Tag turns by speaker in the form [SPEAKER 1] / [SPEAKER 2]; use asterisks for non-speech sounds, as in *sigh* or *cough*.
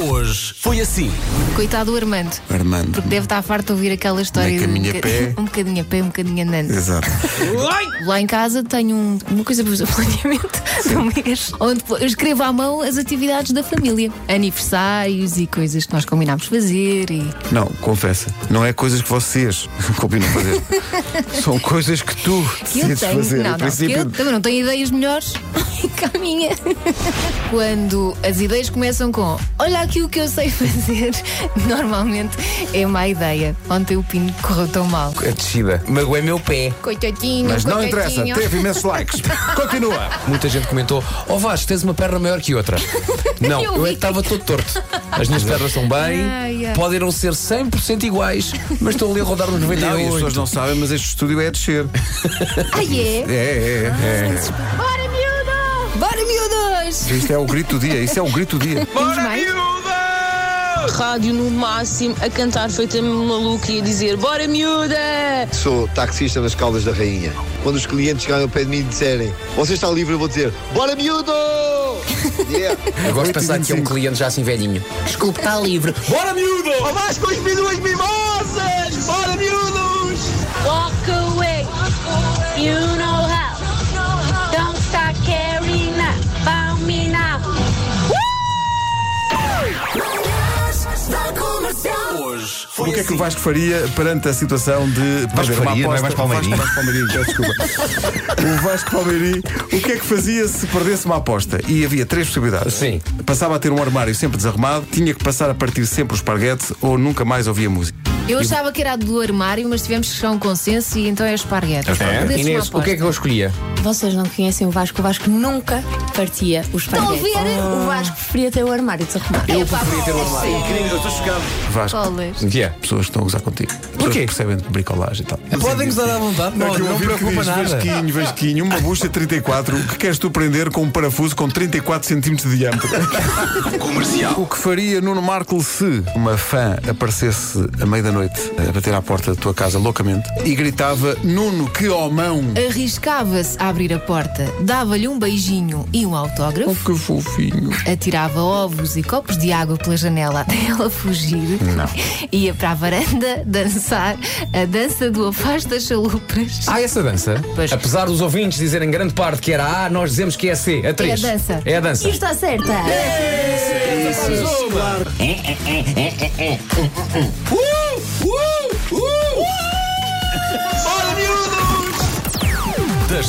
[SPEAKER 1] hoje foi assim.
[SPEAKER 2] Coitado do Armando.
[SPEAKER 3] Armando.
[SPEAKER 2] Porque deve estar farto de ouvir aquela história de
[SPEAKER 3] caminha
[SPEAKER 2] um,
[SPEAKER 3] a
[SPEAKER 2] bocadinho-
[SPEAKER 3] pé.
[SPEAKER 2] *laughs* um bocadinho a pé, um bocadinho andando.
[SPEAKER 3] Exato.
[SPEAKER 2] Lá em casa tenho um- uma coisa para fazer planeamento *laughs* de amigas, onde eu escrevo à mão as atividades da família, aniversários e coisas que nós combinámos fazer. E...
[SPEAKER 3] Não, confessa. Não é coisas que vocês *laughs* combinam fazer. São coisas que tu
[SPEAKER 2] Que eu
[SPEAKER 3] decides
[SPEAKER 2] tenho.
[SPEAKER 3] fazer.
[SPEAKER 2] Não,
[SPEAKER 3] a
[SPEAKER 2] não, que
[SPEAKER 3] princípio,
[SPEAKER 2] eu também não tenho ideias melhores *laughs* que a minha. *laughs* Quando as ideias começam com olha aqui o que eu sei *laughs* fazer, normalmente é má ideia. Ontem o pino correu tão mal.
[SPEAKER 1] A descida. Magoei meu pé.
[SPEAKER 2] Coitadinho,
[SPEAKER 3] Mas não interessa,
[SPEAKER 2] coitadinho. Tá
[SPEAKER 3] teve imensos
[SPEAKER 2] *laughs*
[SPEAKER 3] likes. Continua.
[SPEAKER 1] Muita gente comentou: Ó oh, Vasco, tens uma perna maior que outra. Não,
[SPEAKER 2] Eu
[SPEAKER 1] eu é
[SPEAKER 2] vi.
[SPEAKER 1] que estava todo torto. As minhas pernas estão bem,
[SPEAKER 2] Ai, ai.
[SPEAKER 1] podem não ser 100% iguais, mas estão ali a rodar nos um.
[SPEAKER 3] Não, e as
[SPEAKER 1] 98.
[SPEAKER 3] pessoas não sabem, mas este estúdio é a descer.
[SPEAKER 2] Ai
[SPEAKER 3] É,
[SPEAKER 2] é?
[SPEAKER 3] é, é.
[SPEAKER 2] Bora miúdo! Bora miúdos!
[SPEAKER 3] Isto é o grito do dia, isso é o grito do dia.
[SPEAKER 2] Temos mais?
[SPEAKER 4] rádio no máximo a cantar feita maluca e a dizer Bora miúda!
[SPEAKER 5] Sou taxista nas Caldas da Rainha. Quando os clientes chegarem ao pé de mim e disserem você está livre, eu vou dizer Bora miúdo! Yeah.
[SPEAKER 1] Eu gosto de pensar que é um cliente já assim velhinho. Desculpe, está livre. Bora, miúdo!
[SPEAKER 5] Mas com as duas mimosas! Bora miúdos!
[SPEAKER 6] Walk away. You know how. Don't start caring about me now.
[SPEAKER 3] O que é que o Vasco faria perante a situação de perder uma
[SPEAKER 7] Faria, não é
[SPEAKER 3] aposta?
[SPEAKER 7] Vasco Palmeirinho.
[SPEAKER 3] O Vasco Palmeirinho, peço desculpa. o Vasco Palmeirinho, o que é que fazia se perdesse uma aposta? E havia três possibilidades.
[SPEAKER 1] Sim.
[SPEAKER 3] Passava a ter um armário sempre desarrumado, tinha que passar a partir sempre o esparguete ou nunca mais ouvia música.
[SPEAKER 2] Eu achava que era do armário, mas tivemos que chegar a um consenso e então é esparguete. Desses
[SPEAKER 1] Inês,
[SPEAKER 2] uma
[SPEAKER 1] o que é que eu escolhia?
[SPEAKER 8] Vocês não conhecem o Vasco, o Vasco nunca partia os
[SPEAKER 2] Estão a
[SPEAKER 8] esparguetes.
[SPEAKER 2] ver? é
[SPEAKER 8] O Vasco preferia ter o armário desarrumado.
[SPEAKER 2] Eu preferia ter
[SPEAKER 3] Vasco,
[SPEAKER 2] Colas.
[SPEAKER 1] O que é?
[SPEAKER 3] pessoas que estão a gozar contigo. Pessoas que percebem de bricolagem e tal. é
[SPEAKER 1] Podem usar à vontade, não,
[SPEAKER 3] Aquele
[SPEAKER 1] não
[SPEAKER 3] ouvinte que
[SPEAKER 1] preocupa
[SPEAKER 3] diz,
[SPEAKER 1] nada.
[SPEAKER 3] Vasquinho, Vasquinho, uma bucha 34, o que queres tu prender com um parafuso com 34 centímetros de diâmetro? Comercial. O que faria Nuno Marco se uma fã aparecesse à meia da noite a bater à porta da tua casa loucamente e gritava Nuno, que homão!
[SPEAKER 2] Arriscava-se a abrir a porta, dava-lhe um beijinho e um autógrafo,
[SPEAKER 3] Que fofinho.
[SPEAKER 2] atirava ovos e copos de água pela janela até *laughs* ela fugir, ia para a varanda *laughs* dançar a dança do afasta chalupas.
[SPEAKER 1] Há essa dança?
[SPEAKER 2] Pois.
[SPEAKER 1] Apesar dos ouvintes dizerem grande parte que era A, nós dizemos que é C, a 3.
[SPEAKER 2] É a dança.
[SPEAKER 1] É a dança.
[SPEAKER 8] E está certa!
[SPEAKER 9] Das